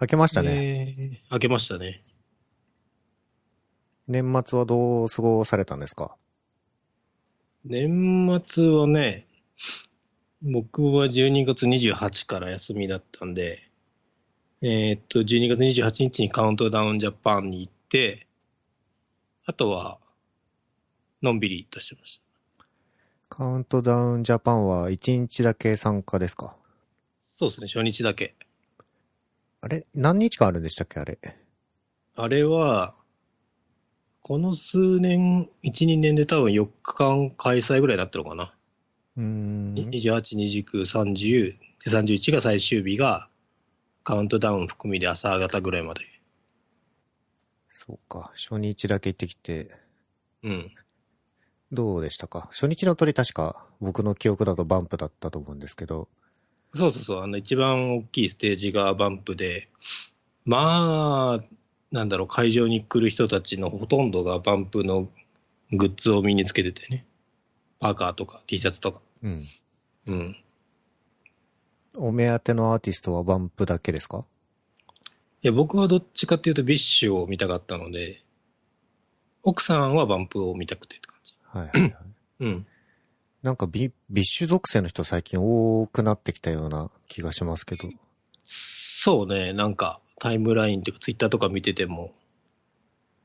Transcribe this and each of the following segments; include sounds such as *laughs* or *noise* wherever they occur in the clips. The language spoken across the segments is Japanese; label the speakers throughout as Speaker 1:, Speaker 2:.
Speaker 1: 明けましたね。
Speaker 2: ねえ。明けましたね。
Speaker 1: 年末はどう過ごされたんですか
Speaker 2: 年末はね、僕は12月28から休みだったんで、えーっと、12月28日にカウントダウンジャパンに行って、あとは、のんびりとしてまし
Speaker 1: カウントダウンジャパンは1日だけ参加ですか
Speaker 2: た。そうですね、初日だけ。
Speaker 1: あれ何日間あるんでしたっけあれ。
Speaker 2: あれは、この数年、1、2年で多分4日間開催ぐらいになったのかな。
Speaker 1: うーん。
Speaker 2: 28、29、30、で31が最終日が、カウントダウン含みで朝方ぐらいまで。
Speaker 1: そうか。初日だけ行ってきて、
Speaker 2: うん。
Speaker 1: どうでしたか初日の鳥確か僕の記憶だとバンプだったと思うんですけど。
Speaker 2: そうそうそう、あの一番大きいステージがバンプで、まあ、なんだろう、会場に来る人たちのほとんどがバンプのグッズを身につけててね。パーカーとか T シャツとか。
Speaker 1: うん。
Speaker 2: うん。
Speaker 1: お目当てのアーティストはバンプだけですか
Speaker 2: いや、僕はどっちかっていうとビッシュを見たかったので、奥さんはバンプを見たくてって感じ。
Speaker 1: はいはいはい。
Speaker 2: うん。
Speaker 1: *coughs* なんかビビッシュ属性の人最近多くなってきたような気がしますけど。
Speaker 2: そうね、なんかタイムラインというかツイッターとか見てても、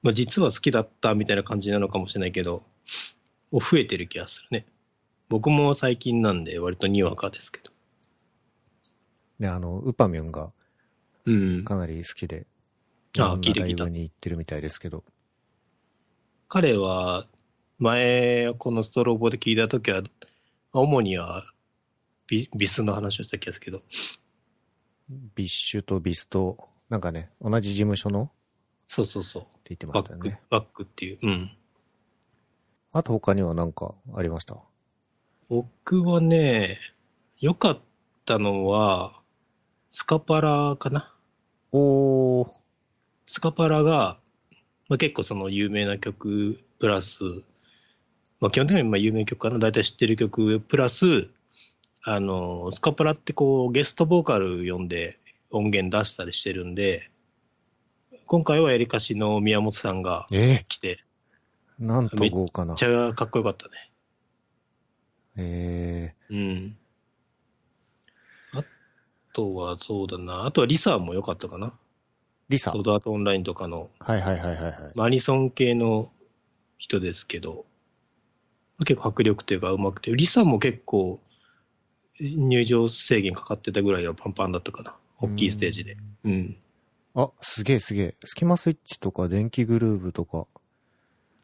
Speaker 2: まあ、実は好きだったみたいな感じなのかもしれないけど、もう増えてる気がするね。僕も最近なんで割とにわかですけど。
Speaker 1: ね、あの、ウパミョンが
Speaker 2: うん。
Speaker 1: かなり好きで、い
Speaker 2: あ
Speaker 1: ろん
Speaker 2: 聞
Speaker 1: ない
Speaker 2: て
Speaker 1: ラ
Speaker 2: 聞
Speaker 1: イ
Speaker 2: いた
Speaker 1: ブに行ってるみたいですけど。
Speaker 2: 彼は前このストロボで聞いた時は、主にはビビスの話をした気がするけど、
Speaker 1: ビッシュとビスと、なんかね、同じ事務所の
Speaker 2: そうそうそう。
Speaker 1: って言ってま
Speaker 2: バ
Speaker 1: したよ
Speaker 2: ック、
Speaker 1: ね。
Speaker 2: バックっていう。うん。
Speaker 1: あと他には何かありました
Speaker 2: 僕はね、良かったのは、スカパラかな。
Speaker 1: おー、
Speaker 2: スカパラが、まあ、結構その有名な曲プラス、まあ、基本的にはまあ有名曲かな、大体知ってる曲プラス、あの、スカパラってこうゲストボーカル呼んで音源出したりしてるんで、今回はやりかしの宮本さんが
Speaker 1: え
Speaker 2: 来て、
Speaker 1: ー、なんと豪華な
Speaker 2: めっ。ちゃかっこよかったね。
Speaker 1: え
Speaker 2: うん。あとはそうだな、あとはリサも良かったかな。
Speaker 1: ー、リサ。
Speaker 2: ソー
Speaker 1: はい
Speaker 2: ドアートオンラインとかの
Speaker 1: はいはいはいはい。
Speaker 2: マニソン系の人ですけど、結構迫力というか上手くて、リサも結構入場制限かかってたぐらいはパンパンだったかな。大きいステージで。うん。
Speaker 1: あ、すげえすげえ。スキマスイッチとか電気グルーブとか。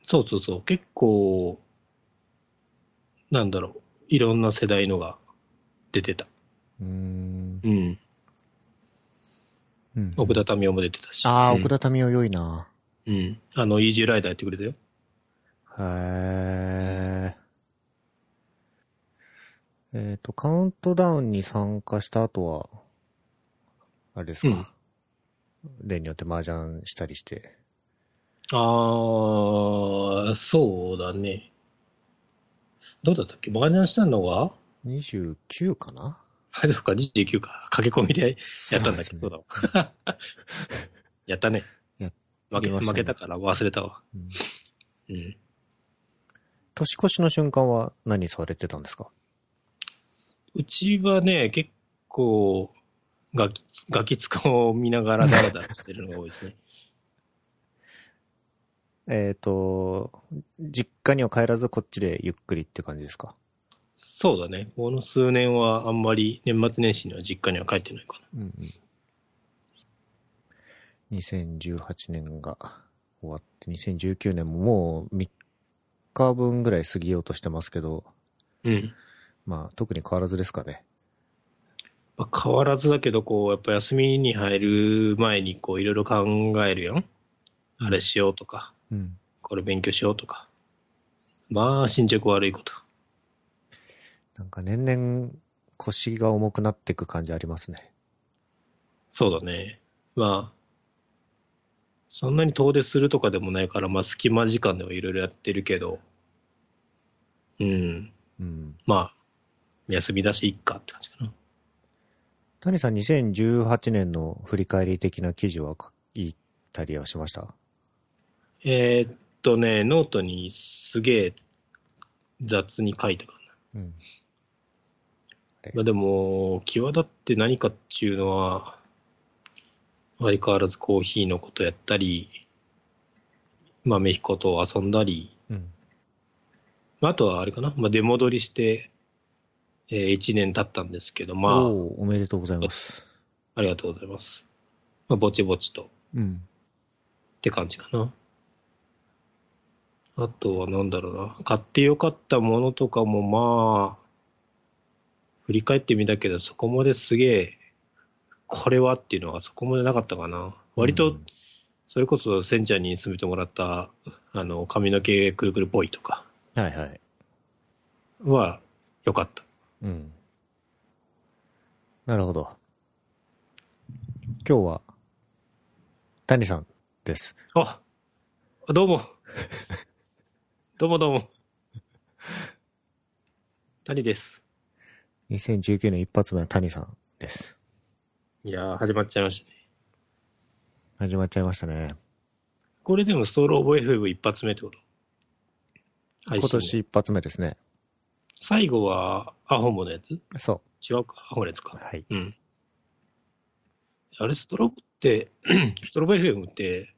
Speaker 2: そうそうそう。結構、なんだろう。いろんな世代のが出てた。
Speaker 1: うーん。
Speaker 2: うん。
Speaker 1: うん、
Speaker 2: 奥田民生も出てたし。
Speaker 1: あー、
Speaker 2: うん
Speaker 1: 奥田民生良いな。
Speaker 2: うん。あの、イージーライダーやってくれたよ。
Speaker 1: へー。えっ、と、カウントダウンに参加した後は、あれですか。例によって麻雀したりして。
Speaker 2: あー、そうだね。どうだったっけ麻雀したのは
Speaker 1: 29かな
Speaker 2: あ *laughs* れそっか、29か。駆け込みでやったん
Speaker 1: そうで
Speaker 2: だけど。
Speaker 1: すね
Speaker 2: そうだわ *laughs* やったね。
Speaker 1: やっ
Speaker 2: 負
Speaker 1: や
Speaker 2: け、
Speaker 1: りましたね
Speaker 2: 負けたから忘れたわ。
Speaker 1: うん
Speaker 2: うん。
Speaker 1: 年越しの瞬間は何されてたんですか
Speaker 2: うちはね、結構、ガキ、ガキ使を見ながらダラダラしてるのが多いですね。
Speaker 1: えっ、と、実家には帰らずこっちでゆっくりって感じですか
Speaker 2: そうだね。この数年はあんまり年末年始には実家には帰ってないかな。
Speaker 1: うんうん。2018年が終わって、2019年ももう3日分ぐらい過ぎようとしてますけど、
Speaker 2: うん。
Speaker 1: まあ特に変わらずですかね。
Speaker 2: まあ、変わらずだけど、こう、やっぱ休みに入る前に、こう、いろいろ考えるやん。あれしようとか、
Speaker 1: うん。
Speaker 2: これ勉強しようとか。まあ、進捗悪いこと。
Speaker 1: なんか年々腰が重くなっていく感じありますね。
Speaker 2: そうだね。まあ、そんなに遠出するとかでもないから、まあ、隙間時間ではいろいろやってるけど、うん、
Speaker 1: うん。
Speaker 2: まあ、休みだし、いっかって感じかな。
Speaker 1: 谷さん2018年の振り返り的な記事は書いたりはしました
Speaker 2: えーっとね、ノートにすげえ雑に書いたか
Speaker 1: うん。
Speaker 2: な。まあ、でも、際立って何かっていうのは、相変わらずコーヒーのことやったり、豆彦と遊んだり、
Speaker 1: うん。
Speaker 2: まあ、あとはあれかな、まあ、出戻りして、え1年経ったんですけど、まあ、
Speaker 1: おーおめでとうございます。
Speaker 2: ありがとうございます。まあ、ぼちぼちとっ
Speaker 1: うん。
Speaker 2: て感じかな。あとはなんだろうな。買ってよかったものとかもまあ、振り返ってみたけど、そこまですげえ、これはっていうのはそこまでなかったかな。割
Speaker 1: う
Speaker 2: と
Speaker 1: ん、
Speaker 2: それこそセンちゃんに勧めてもらった、あの、髪の毛くるくるぽいとか
Speaker 1: はいはい。
Speaker 2: は良かった。
Speaker 1: うん。なるほど。今日は、谷さんです。
Speaker 2: ああどうも。どうも
Speaker 1: *laughs*
Speaker 2: どうも。谷です。
Speaker 1: 2019年一発目は谷さんです。
Speaker 2: いやー、始まっちゃいましたね。
Speaker 1: 始まっちゃいましたね。
Speaker 2: これでもストローボ FM 一発目ってこと配
Speaker 1: 今
Speaker 2: 信
Speaker 1: 年一発目ですね。
Speaker 2: 最後はアホモのやつ
Speaker 1: そ
Speaker 2: 違うか、アホのやつ
Speaker 1: う。
Speaker 2: か。
Speaker 1: はい。
Speaker 2: うん。あれ、ストロボって、 *clears throat* ストロボ FM って、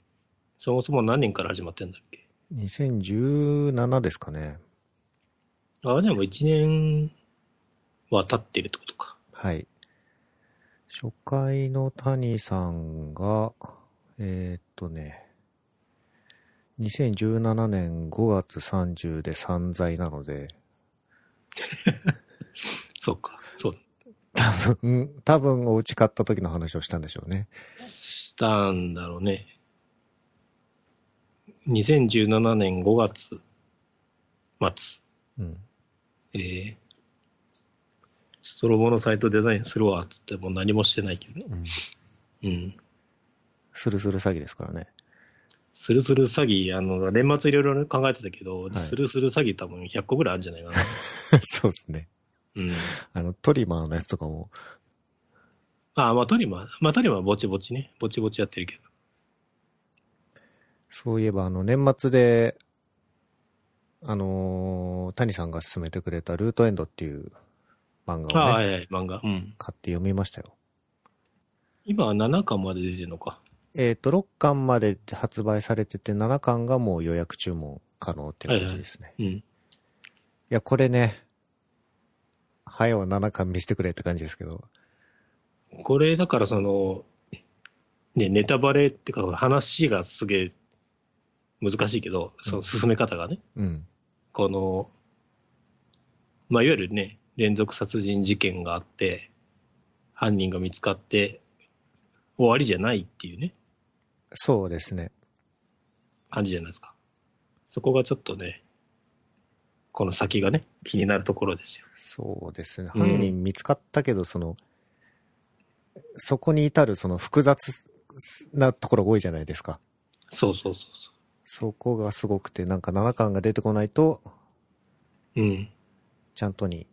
Speaker 2: そもそも何年から始まってんだっけ
Speaker 1: 2017ですかね。
Speaker 2: あ、じゃあもう1年は経ってるってことか。
Speaker 1: はい。初回の谷さんが、えーっとね、2017年5月30で散財なので、
Speaker 2: そうか、そうだ
Speaker 1: 多分、多分お家買った時の話をしたんでしょうね。
Speaker 2: したんだろうね。2017年5月末、
Speaker 1: うん。
Speaker 2: えーストロボのサイトデザインするわっつっても何もしてないけど、
Speaker 1: うん、
Speaker 2: うん。
Speaker 1: スルスル詐欺ですから *laughs* ね。
Speaker 2: スルスル詐欺、あの、年末いろいろね考えてたけど、
Speaker 1: い
Speaker 2: スルスル詐欺多分100個ぐらいあるんじゃないかな。
Speaker 1: そうですね。
Speaker 2: うん。
Speaker 1: あの、トリマーのやつとかも、
Speaker 2: ああ、まあトリマー、まあトリマーはぼちぼちね、ぼちぼちやってるけど。
Speaker 1: そういえばあの、年末で、あのー谷さんが勧めてくれたルートエンドっていう漫
Speaker 2: あ
Speaker 1: 画
Speaker 2: あ、
Speaker 1: を
Speaker 2: は
Speaker 1: ね、
Speaker 2: いはい、漫画。うん。
Speaker 1: 買って読みましたよ。
Speaker 2: 今は7巻まで出てるのか。
Speaker 1: えっ、と、6巻まで発売されてて、7巻がもう予約注文可能って感じですね。い
Speaker 2: うん。
Speaker 1: や、これね、早は7巻見せてくれって感じですけど、
Speaker 2: これ、だからその、ね、ネタバレってか、話がすげえ難しいけど、その進め方がね、
Speaker 1: うん。
Speaker 2: この、まあ、いわゆるね、連続殺人事件があって、犯人が見つかって、終わりじゃないっていうね、
Speaker 1: そうですね。
Speaker 2: 感じじゃないですか。そこがちょっとね、この先がね、気になるところですよ。
Speaker 1: そうですね。
Speaker 2: うん
Speaker 1: 犯人見つかったけど、その、そこに至るその複雑なところが多いじゃないですか。
Speaker 2: そうそうそうそ
Speaker 1: そこがすごくて、なんか7巻が出てこないと、
Speaker 2: う。うん。
Speaker 1: ちゃんとに、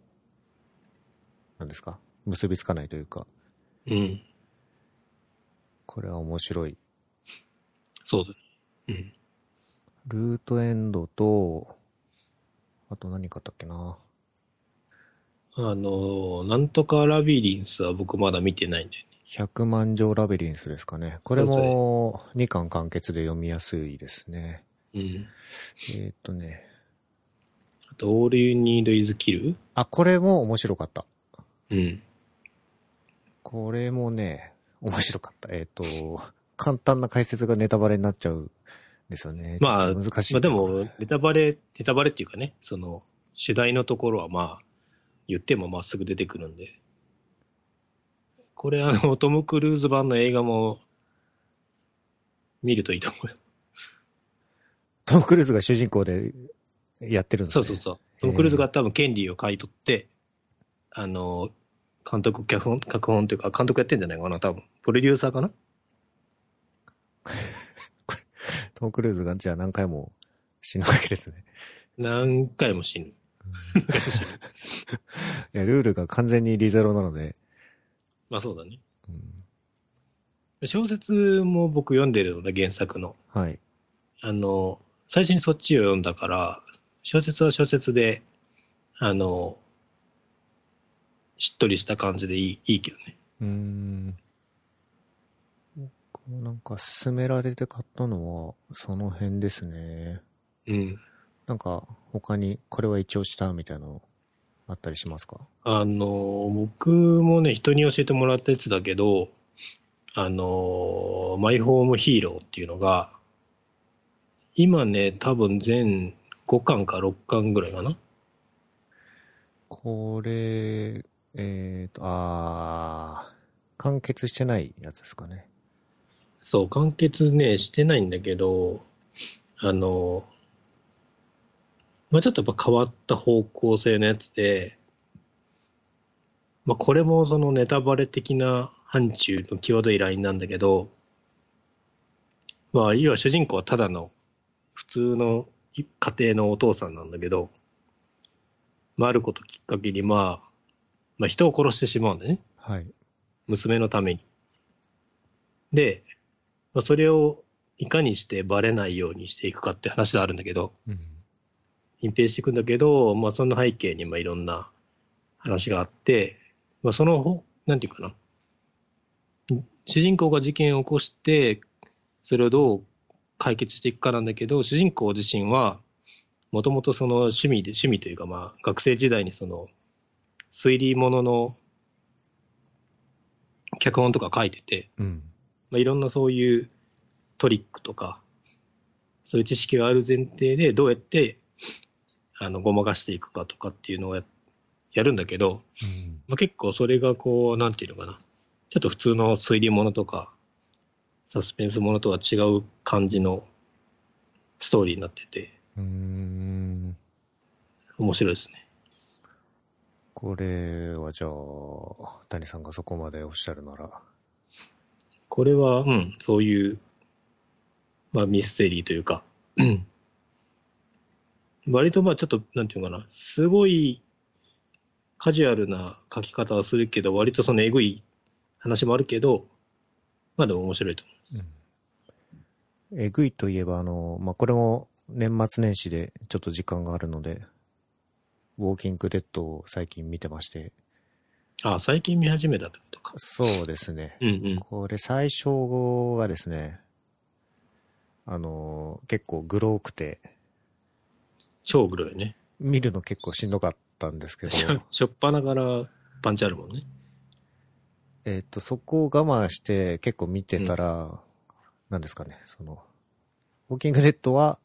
Speaker 1: なんですか結びつかないというか、
Speaker 2: うん。
Speaker 1: これは面白い。
Speaker 2: そうだね。
Speaker 1: ルートエンドと、あと何買ったっけな
Speaker 2: うん。あのー、なんとかラビリンスは僕まだ見てないんで。
Speaker 1: 100万条ラビリンスですかね。これも2巻完結で読みやすいですね。
Speaker 2: うん。
Speaker 1: えーっとね。
Speaker 2: あと、All You Need Is Kill?
Speaker 1: あ、これも面白かった。
Speaker 2: うん。
Speaker 1: これもね、面白かった。えーっと、簡単な解説がネタバレになっちゃうんですよね。
Speaker 2: まあ
Speaker 1: ちょっと難しい。
Speaker 2: まあでも、ネタバレ、ネタバレっていうかね、その、主題のところはまあ、言ってもまっすぐ出てくるんで。これあの、トム・クルーズ版の映画も、見るといいと思うよ。
Speaker 1: トム・クルーズが主人公でやってるんです
Speaker 2: そう
Speaker 1: ね。
Speaker 2: そうそう。
Speaker 1: え
Speaker 2: トム・クルーズが多分権利を買い取って、あの、監督、脚本、脚本というか、監督やってんじゃないかな、多分。プロデューサーかな
Speaker 1: トム・クルーズがじゃあ何回も死ぬわけですね。
Speaker 2: 何回も死ぬ。
Speaker 1: いや、ルールが完全にリゼロなので、
Speaker 2: まあそうだね。
Speaker 1: うん
Speaker 2: 小説も僕読んでるので、原作の。
Speaker 1: はい。
Speaker 2: あの、最初にそっちを読んだから、小説は小説で、あの、しっとりした感じでいいいいけどね。
Speaker 1: うーん。僕もなんか勧められて買ったのは、その辺ですね。
Speaker 2: うん。
Speaker 1: なんか、他にこれは一応したみたいなのあったりしますか
Speaker 2: あの、僕もね、人に教えてもらったやつだけど、あの、マイホームヒーローっていうのが、今ね、多分全5巻か6巻ぐらいかな。
Speaker 1: これ、えっ、と、あー、完結してないやつですかね。
Speaker 2: そう、完結ね、してないんだけど、あの、まあ、ちょっとやっぱ変わった方向性のやつで、まあ、これもそのネタバレ的な範疇の際どいラインなんだけど、まあ、要は主人公はただの普通のい家庭のお父さんなんだけど、まあ、あることきっかけに、まあ、まあ、人を殺してしまうんだよね。
Speaker 1: はい。
Speaker 2: 娘のために。で、まあ、それをいかにしてバレないようにしていくかって話があるんだけど、
Speaker 1: うん。
Speaker 2: 隠蔽していくんだけど、まあ、その背景にまあいろんな話があって、まあ、そのほ、なんていうかな、主人公が事件を起こして、それをどう解決していくかなんだけど、主人公自身は、もともとその趣味で、趣味というか、まあ、学生時代にその、推理ものの脚本とか書いてて、
Speaker 1: うん。
Speaker 2: まあ、いろんなそういうトリックとか、そういう知識がある前提で、どうやって、あの、ごまかしていくかとかっていうのをややるんだけど、
Speaker 1: うん。
Speaker 2: まあ、結構それがこう、なんていうのかな。ちょっと普通の推理ものとか、サスペンスものとは違う感じのストーリーになってて、
Speaker 1: うーん。
Speaker 2: 面白いですね。
Speaker 1: これはじゃあ、谷さんがそこまでおっしゃるなら。
Speaker 2: これは、うん、そういう、まあミステリーというか、うん割とまあちょっと、なんていうのかな、すごいカジュアルな書き方はするけど、割とそのえぐい話もあるけど、まあでも面白いと思
Speaker 1: えぐいといえば、あの、まあ、これも年末年始でちょっと時間があるので、ウォーキングデッドを最近見てまして。
Speaker 2: う。ああ、最近見始めたってことか。
Speaker 1: そうですね。
Speaker 2: うんうん。
Speaker 1: これ最初がですね、あの、結構グローくて、
Speaker 2: 超グロいね。
Speaker 1: 見るの結構しんどかったんです
Speaker 2: *laughs*
Speaker 1: けど、
Speaker 2: しょしょっぱなからパンチあるもんね。
Speaker 1: えっと、そこを我慢して結構見てたら、なんですかね、その、ウォーキングデッドは、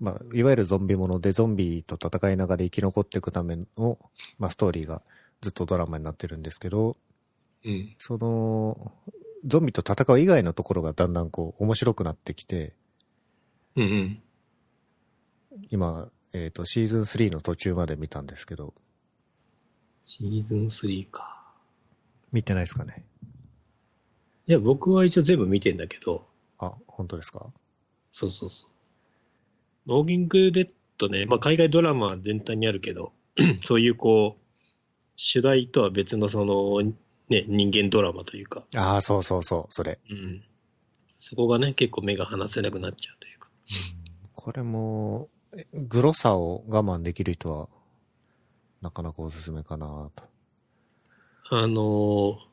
Speaker 1: まあ、いわゆるゾンビもので、ゾンビと戦いながら生き残っていくための、まあ、ストーリーがずっとドラマになってるんですけど、
Speaker 2: うん。
Speaker 1: その、ゾンビと戦う以外のところがだんだんこう、面白くなってきて、
Speaker 2: うんうん。
Speaker 1: 今、えっ、と、シーズン3の途中まで見たんですけど、
Speaker 2: シーズン3か。
Speaker 1: 見てないですかね。
Speaker 2: いや、僕は一応全部見てんだけど、
Speaker 1: あ、本当ですか
Speaker 2: そうそうそう。ウォーキングデッドね、まあ、海外ドラマ全体にあるけど、 *clears throat* そういうこう、主題とは別のその、ね、人間ドラマというか、
Speaker 1: ああ、そうそうそう、それ。
Speaker 2: うん。そこがね、結構目が離せなくなっちゃうというか。
Speaker 1: これも、えグロさを我慢できる人は、なかなかおすすめかなと。
Speaker 2: あのー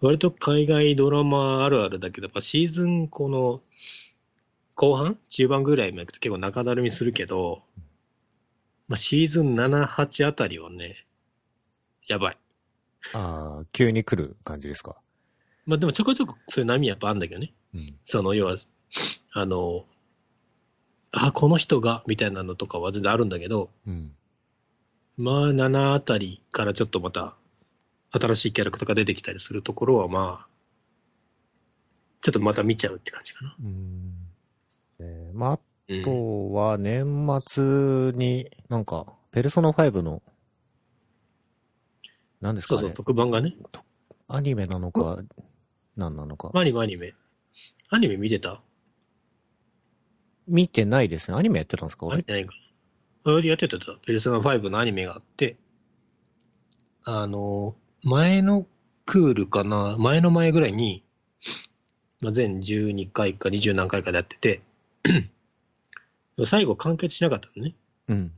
Speaker 2: 割と海外ドラマあるあるだけど、やっぱシーズンこの、後半中盤ぐらいまで行くと結構中だるみするけど、まあ、シーズン7、8あたりはね、やばい。
Speaker 1: ああ、急に来る感じですか。
Speaker 2: まあでもちょこちょこそういう波やっぱあるんだけどね。
Speaker 1: うん。
Speaker 2: その要は、あの、あ、この人が、みたいなのとかは全然あるんだけど、
Speaker 1: うん。
Speaker 2: まあ7あたりからちょっとまた新しいキャラクターが出てきたりするところはまあ、ちょっとまた見ちゃうって感じかな。
Speaker 1: うん。えーまあ、
Speaker 2: う
Speaker 1: あ
Speaker 2: ん、
Speaker 1: とは年末になんか、ペルソナ5の、何です
Speaker 2: そ
Speaker 1: か
Speaker 2: う
Speaker 1: ね
Speaker 2: そう、特番がね。
Speaker 1: アニメなのか、何なのか。
Speaker 2: アニメ、アニメ。アニメ見てた
Speaker 1: 見てないですね。アニメやってたんですか
Speaker 2: あれ
Speaker 1: 俺。
Speaker 2: じゃないか。あやってたやってた。ペルソナ5のアニメがあって、あの、前のクールかな、前の前ぐらいに、まあ、全12回か20何回かでやってて、最後完結しなかったのね。
Speaker 1: うん。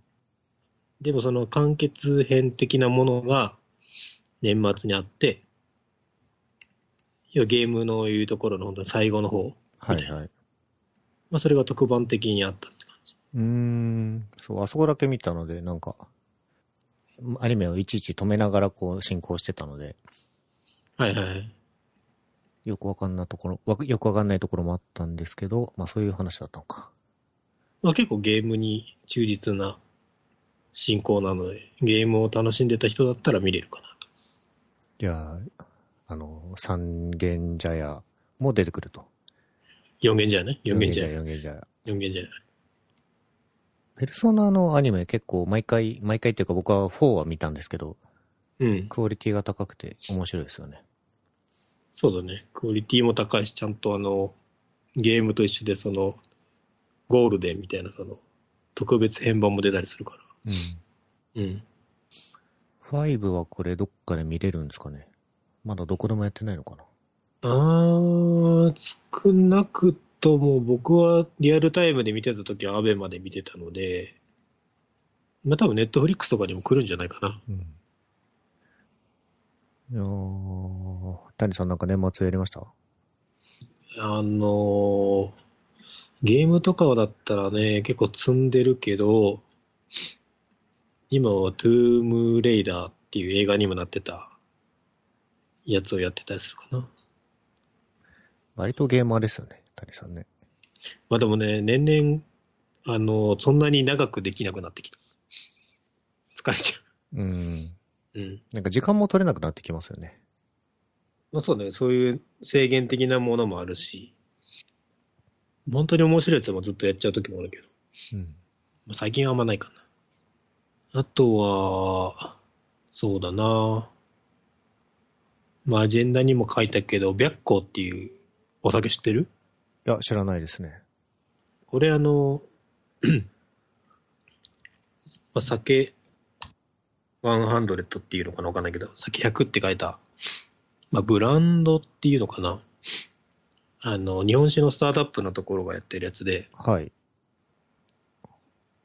Speaker 2: でもその完結編的なものが年末にあって、要はゲームのいうところの本当に最後の方、
Speaker 1: はいはい。う
Speaker 2: まあ、それが特番的にあったって感じ。
Speaker 1: ーん。そう、あそこだけ見たので、なんか、アニメをいちいち止めながらこう進行してたので、
Speaker 2: はいはい。
Speaker 1: よくわかんないところ、わよくわかんないところもあったんですけど、まあそういう話だったのか。
Speaker 2: まあ、結構ゲームに忠実な進行なので、ゲームを楽しんでた人だったら見れるかなと。
Speaker 1: いやーあの、三軒茶屋も出てくると。
Speaker 2: 4弦じゃない ?4 弦じゃない
Speaker 1: 四軒茶屋。
Speaker 2: ?4 弦じゃない
Speaker 1: ペルソナのアニメ結構毎回、毎回っていうか僕は4は見たんですけど、
Speaker 2: うん。
Speaker 1: クオリティが高くて面白いですよね。
Speaker 2: そうだね。クオリティも高いし、ちゃんとあの、ゲームと一緒で、その、ゴールデンみたいな、その、特別編版も出たりするか
Speaker 1: うん。
Speaker 2: ら。うん。
Speaker 1: 5はこれどっかで見れるんですかねまだどこでもやってないのかな
Speaker 2: あー、少なくとも僕はリアルタイムで見てた時はアベまで見てたので、まあ多分ネットフリックスとかにも来るんじゃないかな。
Speaker 1: うん。いやー谷さんなんか年末やりました
Speaker 2: あのーゲームとかだったらね、結構積んでるけど、今はトゥームレイダーっていう映画にもなってたやつをやってたりするかな。
Speaker 1: 割とゲーマーですよね、谷さんね。
Speaker 2: まあでもね、年々、あのーそんなに長くできなくなってきた。疲れちゃ
Speaker 1: うん。
Speaker 2: う。うん。
Speaker 1: なんか時間も取れなくなってきますよね。
Speaker 2: まあそうね、そういう制限的なものもあるし、本当に面白いやつもずっとやっちゃう時もあるけど。
Speaker 1: うん。
Speaker 2: まあ最近はあんまないかな。あとは、そうだな。まあ、アジェンダにも書いたけど、白光っていうお酒知ってる
Speaker 1: いや、知らないですね。
Speaker 2: これあの、 *clears throat* まあ、酒100っていうのかなわかんないけど、酒100って書いた、まあ、ブランドっていうのかな。あの、日本酒のスタートアップのところがやってるやつで、
Speaker 1: はい。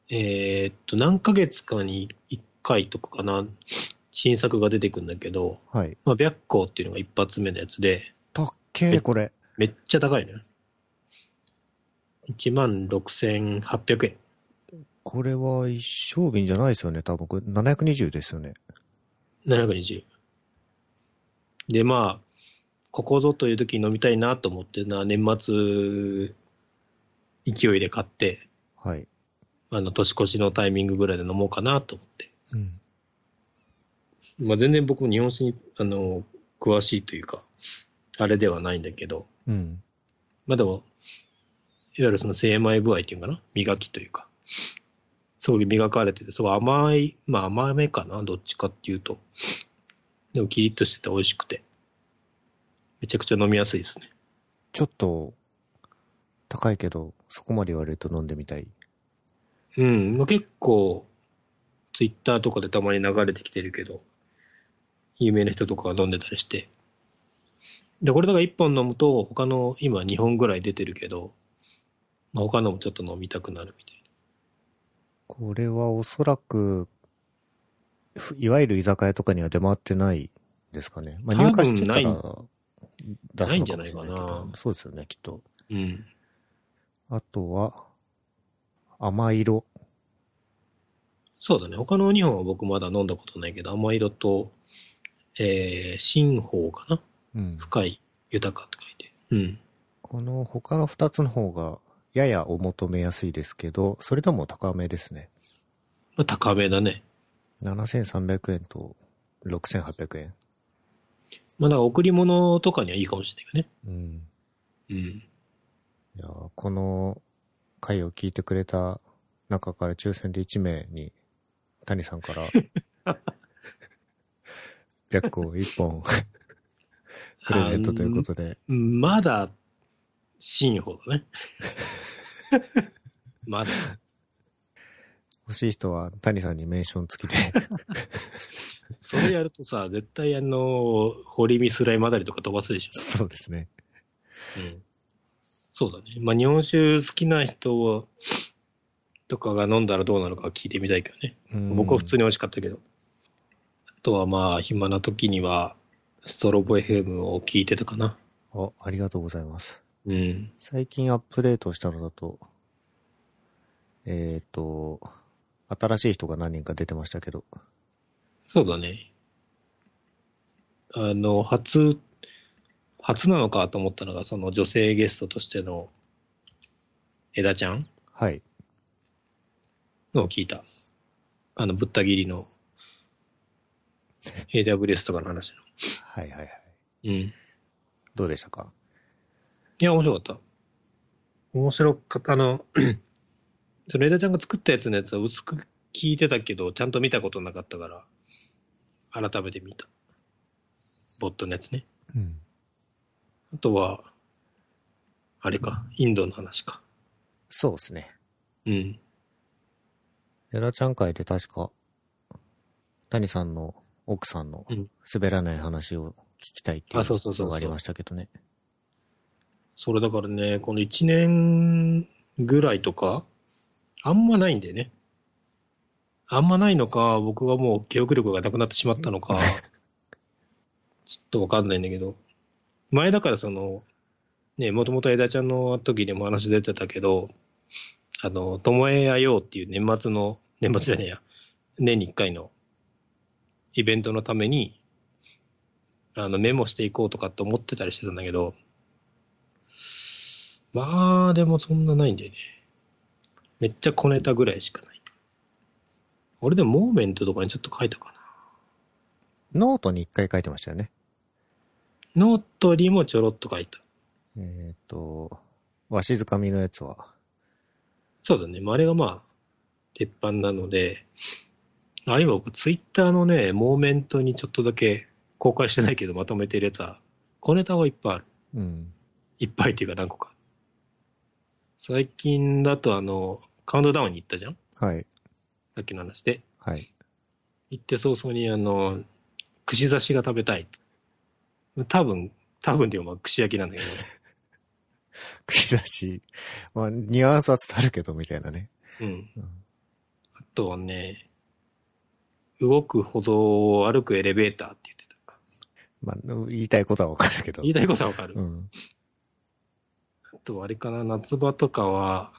Speaker 2: えーっと、何ヶ月かに1回とかかな、新作が出てくるんだけど、
Speaker 1: はい。
Speaker 2: まあ、白光っていうのが一発目のやつで、
Speaker 1: たっけー、これ。
Speaker 2: めっちゃ高いのよ。16,800円。
Speaker 1: これは一升瓶じゃないですよね。多分これ720ですよね。
Speaker 2: 720。で、まあ、ここぞという時に飲みたいなと思ってな、年末、勢いで買って、
Speaker 1: はい。
Speaker 2: あの、年越しのタイミングぐらいで飲もうかなと思って。
Speaker 1: うん。
Speaker 2: まあ、全然僕も日本酒に、あの、詳しいというか、あれではないんだけど、
Speaker 1: うん。
Speaker 2: まあでも、いわゆるその精米具合っていうのかな磨きというか。すごい磨かれてて、すごい甘い、まあ甘めかなどっちかっていうと。でもキリッとしてて美味しくて。めちゃくちゃ飲みやすいですね。
Speaker 1: ちょっと、高いけど、そこまで言われると飲んでみたい。
Speaker 2: うん。まあ、結構、ツイッターとかでたまに流れてきてるけど、有名な人とかが飲んでたりして。で、これだから1本飲むと、他の、今2本ぐらい出てるけど、まあ、他のもちょっと飲みたくなるみたい
Speaker 1: これはおそらく、ふいわゆる居酒屋とかには出回ってないですかね。まあ、
Speaker 2: 多分
Speaker 1: 入荷してたら
Speaker 2: な
Speaker 1: 出
Speaker 2: い
Speaker 1: すのかもしれないけど
Speaker 2: ないんじゃないかな
Speaker 1: そうですよね、きっと。
Speaker 2: な。うん。
Speaker 1: あとは、甘い色。
Speaker 2: そうだね。他の2本は僕まだ飲んだことないけど、甘色と、えー、新宝かな
Speaker 1: うん。
Speaker 2: 深い、豊かって書いて。うん。
Speaker 1: この他の二つの方が、ややお求めやすいですけど、それでも高めですね。
Speaker 2: まあ、高めだね。
Speaker 1: 7300円と6800円。
Speaker 2: まあ、だから贈り物とかにはいいかもしれないけ
Speaker 1: うん。
Speaker 2: どね。
Speaker 1: いやーこの回を聞いてくれた中から抽選で1名に、谷さんから、
Speaker 2: *laughs*
Speaker 1: 白個1本 *laughs* プレゼントということで、
Speaker 2: うん。まだ、 *laughs* 新宝だね。まだ。
Speaker 1: 欲しい人は谷さんにメンション付きで。
Speaker 2: *laughs* それやるとさ、絶対あの、堀見スライマダリとか飛ばすでし
Speaker 1: そうですね。
Speaker 2: ょ。うん。そうだね。まあ、日本酒好きな人は、とかが飲んだらどうなのか聞いてみたいけどね。
Speaker 1: うん
Speaker 2: 僕は普通に美味しかったけど。あとはまあ、暇な時には、ストロボエヘムを聞いてたかな。
Speaker 1: あ、ありがとうございます。
Speaker 2: うん。
Speaker 1: 最近アップデートしたのだと、えっ、と、新しい人が何人か出てましたけど、
Speaker 2: そうだね。あの、初、初なのかと思ったのが、その女性ゲストとしての、枝ちゃん
Speaker 1: はい。
Speaker 2: のを聞いた。あの、ぶった切り *laughs* の、AWS とかの話の。
Speaker 1: はいはいはい。
Speaker 2: うん。い
Speaker 1: どうでしたか
Speaker 2: や、面白かった。面白かった。あの、 *clears throat* その枝ちゃんが作ったやつのやつは薄く聞いてたけど、ちゃんと見たことなかったから、改めて見た。ボットのやつね。
Speaker 1: うん。
Speaker 2: あとは、あれか、インドの話か。
Speaker 1: そうですね。
Speaker 2: うん。
Speaker 1: エラちゃん会で確か、谷さんの奥さんの
Speaker 2: うん
Speaker 1: 滑らない話を聞きたいってい
Speaker 2: あそうそうそう
Speaker 1: う
Speaker 2: そう
Speaker 1: のがありましたけどね。
Speaker 2: それだからね、この1年ぐらいとか、あんまないんだよね。あんまないのか、僕がもう記憶力がなくなってしまったのか、ちょっとわかんないんだけど、前だからその、ね、もともと枝ちゃんの時にも話出てたけど、あの、ともえあようっていう年末の、年末じゃねえや、年に1回のイベントのために、あの、メモしていこうとかって思ってたりしてたんだけど、まあ、でもそんなないんだよね。めっちゃ小ネタぐらいしかない。俺でも、モーメントとかにちょっと書いたか
Speaker 1: ノートに一回書いてましたよね。
Speaker 2: な。ノートにもちょろっと書いた。
Speaker 1: えっ、と、わしづかみのやつは、
Speaker 2: そうだね。まあ、あれがまあ、鉄板なので、あ、今僕、ツイッターのね、モーメントにちょっとだけ公開してないけどまとめてるやつは、小ネタはいっぱいある。
Speaker 1: うん。
Speaker 2: いっぱいっていうか何個か。最近だとあの、カウントダウンに行ったじゃん
Speaker 1: はい。
Speaker 2: さっきの話で。
Speaker 1: はい。
Speaker 2: 行って早々に、あの、串刺しが食べたい。多分、多分でもまあ串焼きなんだけ
Speaker 1: 口出し、まあ、ニュアンスは伝わるけど、みたいなね。
Speaker 2: ど。うん。
Speaker 1: うん
Speaker 2: あとはね、動く歩道を歩くエレベーターって言ってた。
Speaker 1: まあ、言いたいことはわかるけど。
Speaker 2: 言いたいことはわかる。
Speaker 1: うん。
Speaker 2: あと、あれかな、夏場とかは、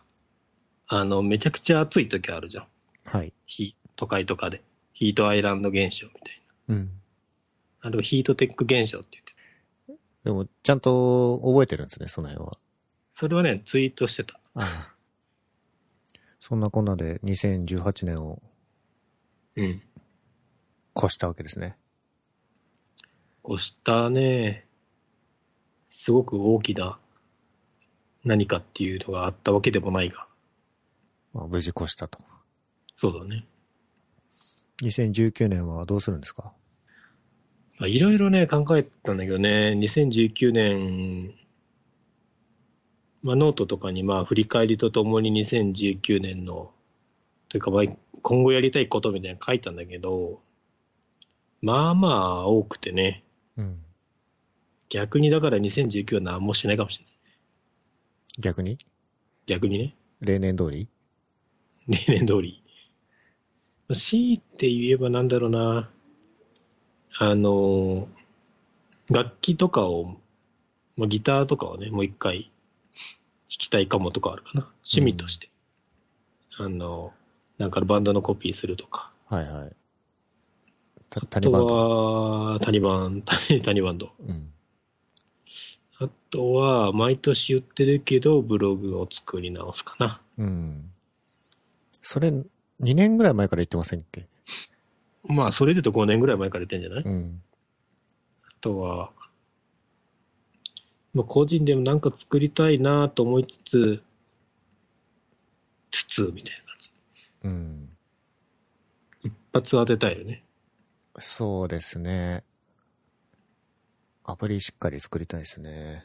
Speaker 2: あの、めちゃくちゃ暑い時あるじゃん。
Speaker 1: はい。
Speaker 2: ひ都会とかで。ヒートアイランド現象みたい
Speaker 1: うん。
Speaker 2: な。あれをヒートテック現象って言ってた。
Speaker 1: でも、ちゃんと覚えてるんですね、その辺は。
Speaker 2: それはね、ツイートしてた。
Speaker 1: ああそんなこんなで2018年を
Speaker 2: うん。
Speaker 1: 越したわけですね。
Speaker 2: こしたね、すごく大きな何かっていうのがあったわけでもないが、
Speaker 1: まあ、無事越したと。
Speaker 2: そうだね。
Speaker 1: 2019年はどうするんですか
Speaker 2: まあいろいろね、考えてたんだけどね、2019年、まあ、ノートとかにまあ振り返りとともに2019年の、というかまあ今後やりたいことみたいなの書いたんだけど、まあまあ多くてね、
Speaker 1: うん。
Speaker 2: 逆にだから2019は何もしないかもしれない。
Speaker 1: 逆に
Speaker 2: 逆にね。
Speaker 1: 例年通り
Speaker 2: *laughs* 例年通り。まあ強いて言えばなんだろうな。あの、楽器とかを、まあ、ギターとかをね、もう一回弾きたいかもとかあるかな。趣味として。あの、なんかバンドのコピーするとか。
Speaker 1: はいはい。た、
Speaker 2: あ
Speaker 1: タリ
Speaker 2: と
Speaker 1: バンド。
Speaker 2: は、タリバン、タリタリバンド。 *laughs*
Speaker 1: うん。
Speaker 2: あとは、毎年言ってるけど、ブログを作り直すかな。
Speaker 1: うん。それ、2年ぐらい前から言ってませんっけ
Speaker 2: まあ、それで言うと5年ぐらい前から言ってんじゃない
Speaker 1: うん。
Speaker 2: あとは、まあ、個人でもなんか作りたいなと思いつつ、つつみたいな感じ。
Speaker 1: うん。
Speaker 2: 一発当てたいよね。
Speaker 1: そうですね。アプリしっかり作りたいですね。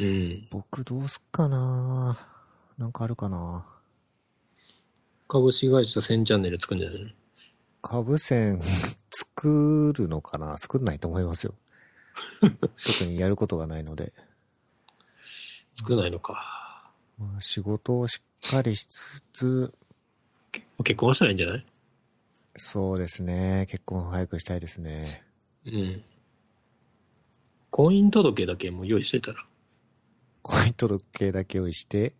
Speaker 2: うん。
Speaker 1: 僕どうすっかななんかあるかな
Speaker 2: 株式会社1000チャンネル作るんじゃないの
Speaker 1: 株線 *laughs* 作るのかな作んないと思います
Speaker 2: *laughs*
Speaker 1: よ。特にやることがないので。
Speaker 2: 作らないのか。
Speaker 1: まあ、仕事をしっかりしつつ、
Speaker 2: 結婚したらいいんじゃない
Speaker 1: そうですね。結婚早くしたいですね。
Speaker 2: うん。婚姻届だけもう用意してたら。
Speaker 1: 婚姻届だけ用意して、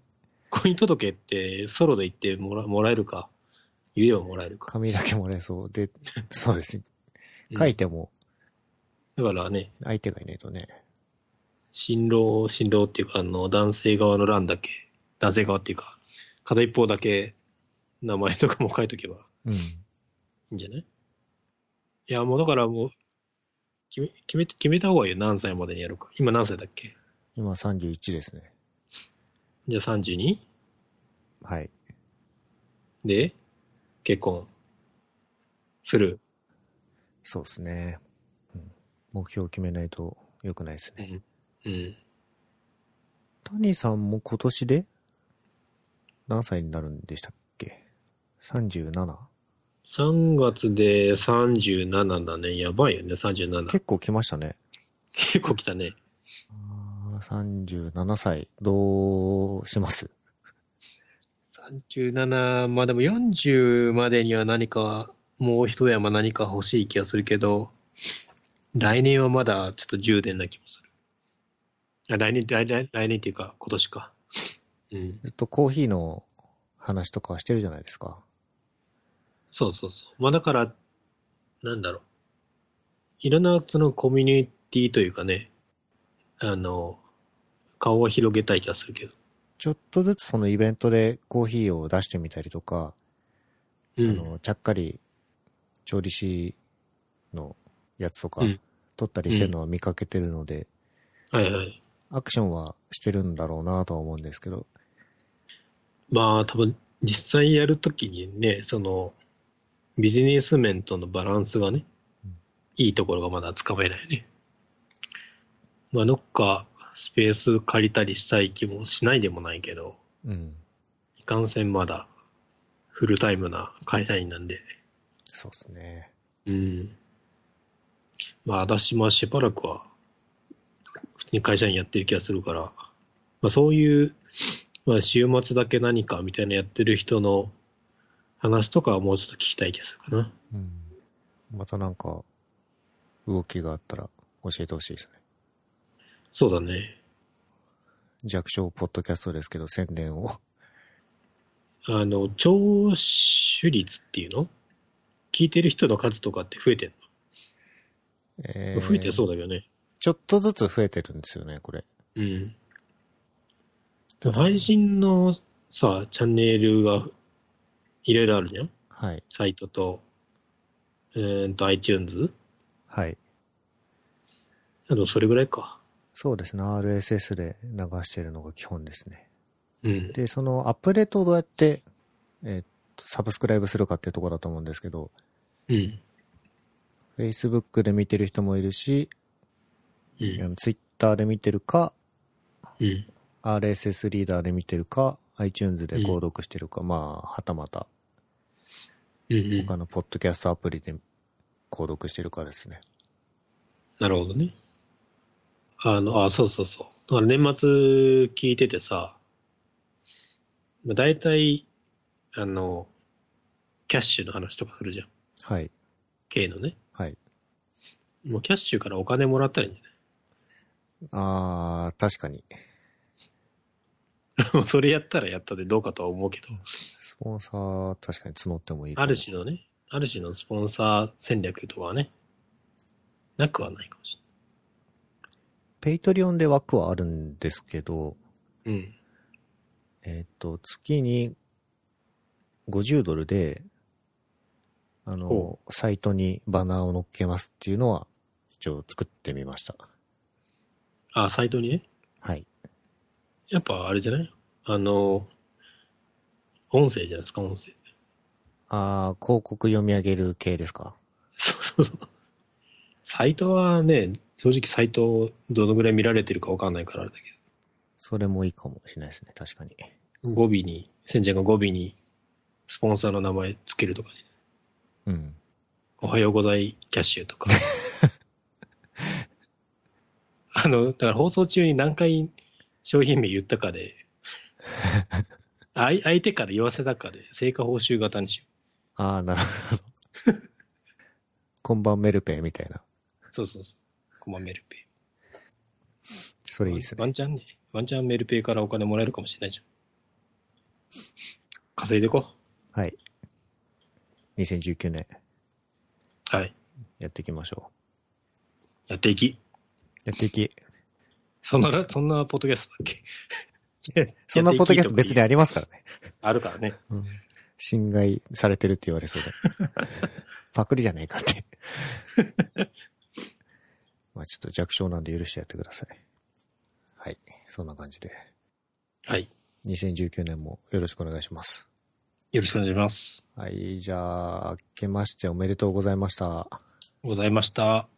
Speaker 2: 婚姻届ってソロで行ってもらもらえるか、家をもらえるか。
Speaker 1: 紙だけもらえそう。で、そうですね。
Speaker 2: うん
Speaker 1: 書いても
Speaker 2: だからね、
Speaker 1: 相手がいないとね。
Speaker 2: 新郎、新郎っていうか、あの、男性側の欄だけ、男性側っていうか、片一方だけ名前とかも書いとけばい
Speaker 1: うん。
Speaker 2: いんじゃないいや、もうだからもう、決め、決めて、決めた方がいいよ。何歳までにやるか。今何歳だっけ
Speaker 1: 今31ですね。
Speaker 2: じゃあ 32?
Speaker 1: はい。
Speaker 2: で、結婚。する。
Speaker 1: そうですね。うん、目標を決めないと良くないですね。
Speaker 2: うん。
Speaker 1: 谷さんも今年で何歳になるんでしたっけ ?37?
Speaker 2: 3月で37だね。やばいよね、37。
Speaker 1: 結構来ましたね。
Speaker 2: 結構来たね。
Speaker 1: あー37歳、どうします
Speaker 2: 37、まあでも40までには何か、もう一山何か欲しい気がするけど、来年はまだちょっと10年な気もする。あ来年、来来来年っていうか、今年か。うん。
Speaker 1: ずっとコーヒーの話とかはしてるじゃないですか。
Speaker 2: そうそうそう。まあだから、なんだろう。いろんなそのコミュニティというかね、あの、顔を広げたい気がするけど。
Speaker 1: ちょっとずつそのイベントでコーヒーを出してみたりとか、
Speaker 2: う
Speaker 1: あ
Speaker 2: ん。
Speaker 1: の、ちゃっかり調理師のやつとか
Speaker 2: うん、
Speaker 1: 撮ったりしてるのは見かけてるので、
Speaker 2: はいはい。
Speaker 1: アクションはしてるんだろうなとは思うんですけど、
Speaker 2: まあ多分、実際やるときにね、その、ビジネス面とのバランスがね
Speaker 1: うん、
Speaker 2: いいところがまだつかめないね。まあどっかスペース借りたりしたい気もしないでもないけど、
Speaker 1: うん。
Speaker 2: いかんせんまだフルタイムな会社員なんで、
Speaker 1: そうですね。
Speaker 2: うん。まあ、私もしばらくは、普通に会社員やってる気がするから、まあ、そういう、まあ、週末だけ何かみたいなやってる人の話とかはもうちょっと聞きたい気がするかな。
Speaker 1: うん。またなんか、動きがあったら教えてほしいですね。
Speaker 2: そうだね。
Speaker 1: 弱小ポッドキャストですけど、宣伝を。
Speaker 2: あの、聴取率っていうの聞いてる人の数とかって増えてん
Speaker 1: え。
Speaker 2: の増えてそううだけどね。
Speaker 1: ちょっとずつ増えてるんですよね、これ。
Speaker 2: うん。でも配信のさ、チャンネルがいろいろあるじゃん
Speaker 1: はい。
Speaker 2: サイトと、うーんと iTunes?
Speaker 1: はい。
Speaker 2: あとそれぐらいか。
Speaker 1: そうですね。RSS で流してるのが基本ですね。
Speaker 2: うん。
Speaker 1: で、そのアップデートをどうやって、えーっと、サブスクライブするかっていうところだと思うんですけど、
Speaker 2: うん。
Speaker 1: Facebook で見てる人もいるし、
Speaker 2: う
Speaker 1: あ
Speaker 2: ん。
Speaker 1: の Twitter で見てるか、
Speaker 2: うん。
Speaker 1: RSS リーダーで見てるか、iTunes で購読してるか、まあ、はたまた、
Speaker 2: うん、うん
Speaker 1: 他。のポッドキャストアプリで購読してるかですね。
Speaker 2: なるほどね。あの、あ、そうそうそう。だから年末聞いててさ、まあ、大体、あの、キャッシュの話とかするじゃん。
Speaker 1: はい。
Speaker 2: K のね。
Speaker 1: はい。
Speaker 2: もうキャッシュからお金もらったらいいんじ
Speaker 1: あー、確かに。
Speaker 2: ゃない *laughs* もうそれやったらやったでどうかとは思うけど、
Speaker 1: スポンサー、確かに募ってもいいかも
Speaker 2: ある種のね、ある種のスポンサー戦略とかはね、なくはないかもしれない。
Speaker 1: ペイトリオンで枠はあるんですけど、
Speaker 2: うん。
Speaker 1: えっ、と、月に50ドルで、あの
Speaker 2: ほ、
Speaker 1: サイトにバナーを乗っけますっていうのは、一応作ってみました。
Speaker 2: あ、サイトにね。
Speaker 1: はい。
Speaker 2: やっぱあれじゃないあの、音声じゃないですか、音声。 *laughs*
Speaker 1: あー、広告読み上げる系ですか
Speaker 2: そうそうそう。サイトはね、正直サイトどのぐらい見られてるかわかんないからあれだけ
Speaker 1: それもいいかもしれないですね、確かに。
Speaker 2: ど、語尾に、せんちゃんが語尾にスポンサーの名前つけるとかね。
Speaker 1: うん。
Speaker 2: おはようございキャッシュとか。 *laughs* あの、だから放送中に何回商品名言ったかで、あい相手から言わせたかで、成果報酬型にしよ
Speaker 1: ああ、なるほど。こんばんメルペイみたいな。
Speaker 2: う。そうそうそう。コマメルペイ。
Speaker 1: それいいです
Speaker 2: ワ
Speaker 1: ね。
Speaker 2: ンチャンね。ワンチャンメルペイからお金もらえるかもしれないじゃん。稼いでこ
Speaker 1: はい。2019年、
Speaker 2: う。はい。
Speaker 1: やっていきましょ
Speaker 2: やってい
Speaker 1: う。
Speaker 2: き。
Speaker 1: やっていき。
Speaker 2: そんな、そんなポッドキャストだっけ
Speaker 1: そんなポッドキャスト別にありますからね。
Speaker 2: あるからね。
Speaker 1: うん侵害されてるって言われそうで。 *laughs* パクリじゃねえかって。 *laughs* まあちょっと弱小なんで許してやってください。はい。そんな感じで。
Speaker 2: はい。
Speaker 1: 2019年もよろしくお願いします。
Speaker 2: よろしくお願いします。
Speaker 1: はい。じゃあ、明けましておめでとうございました。
Speaker 2: ございました。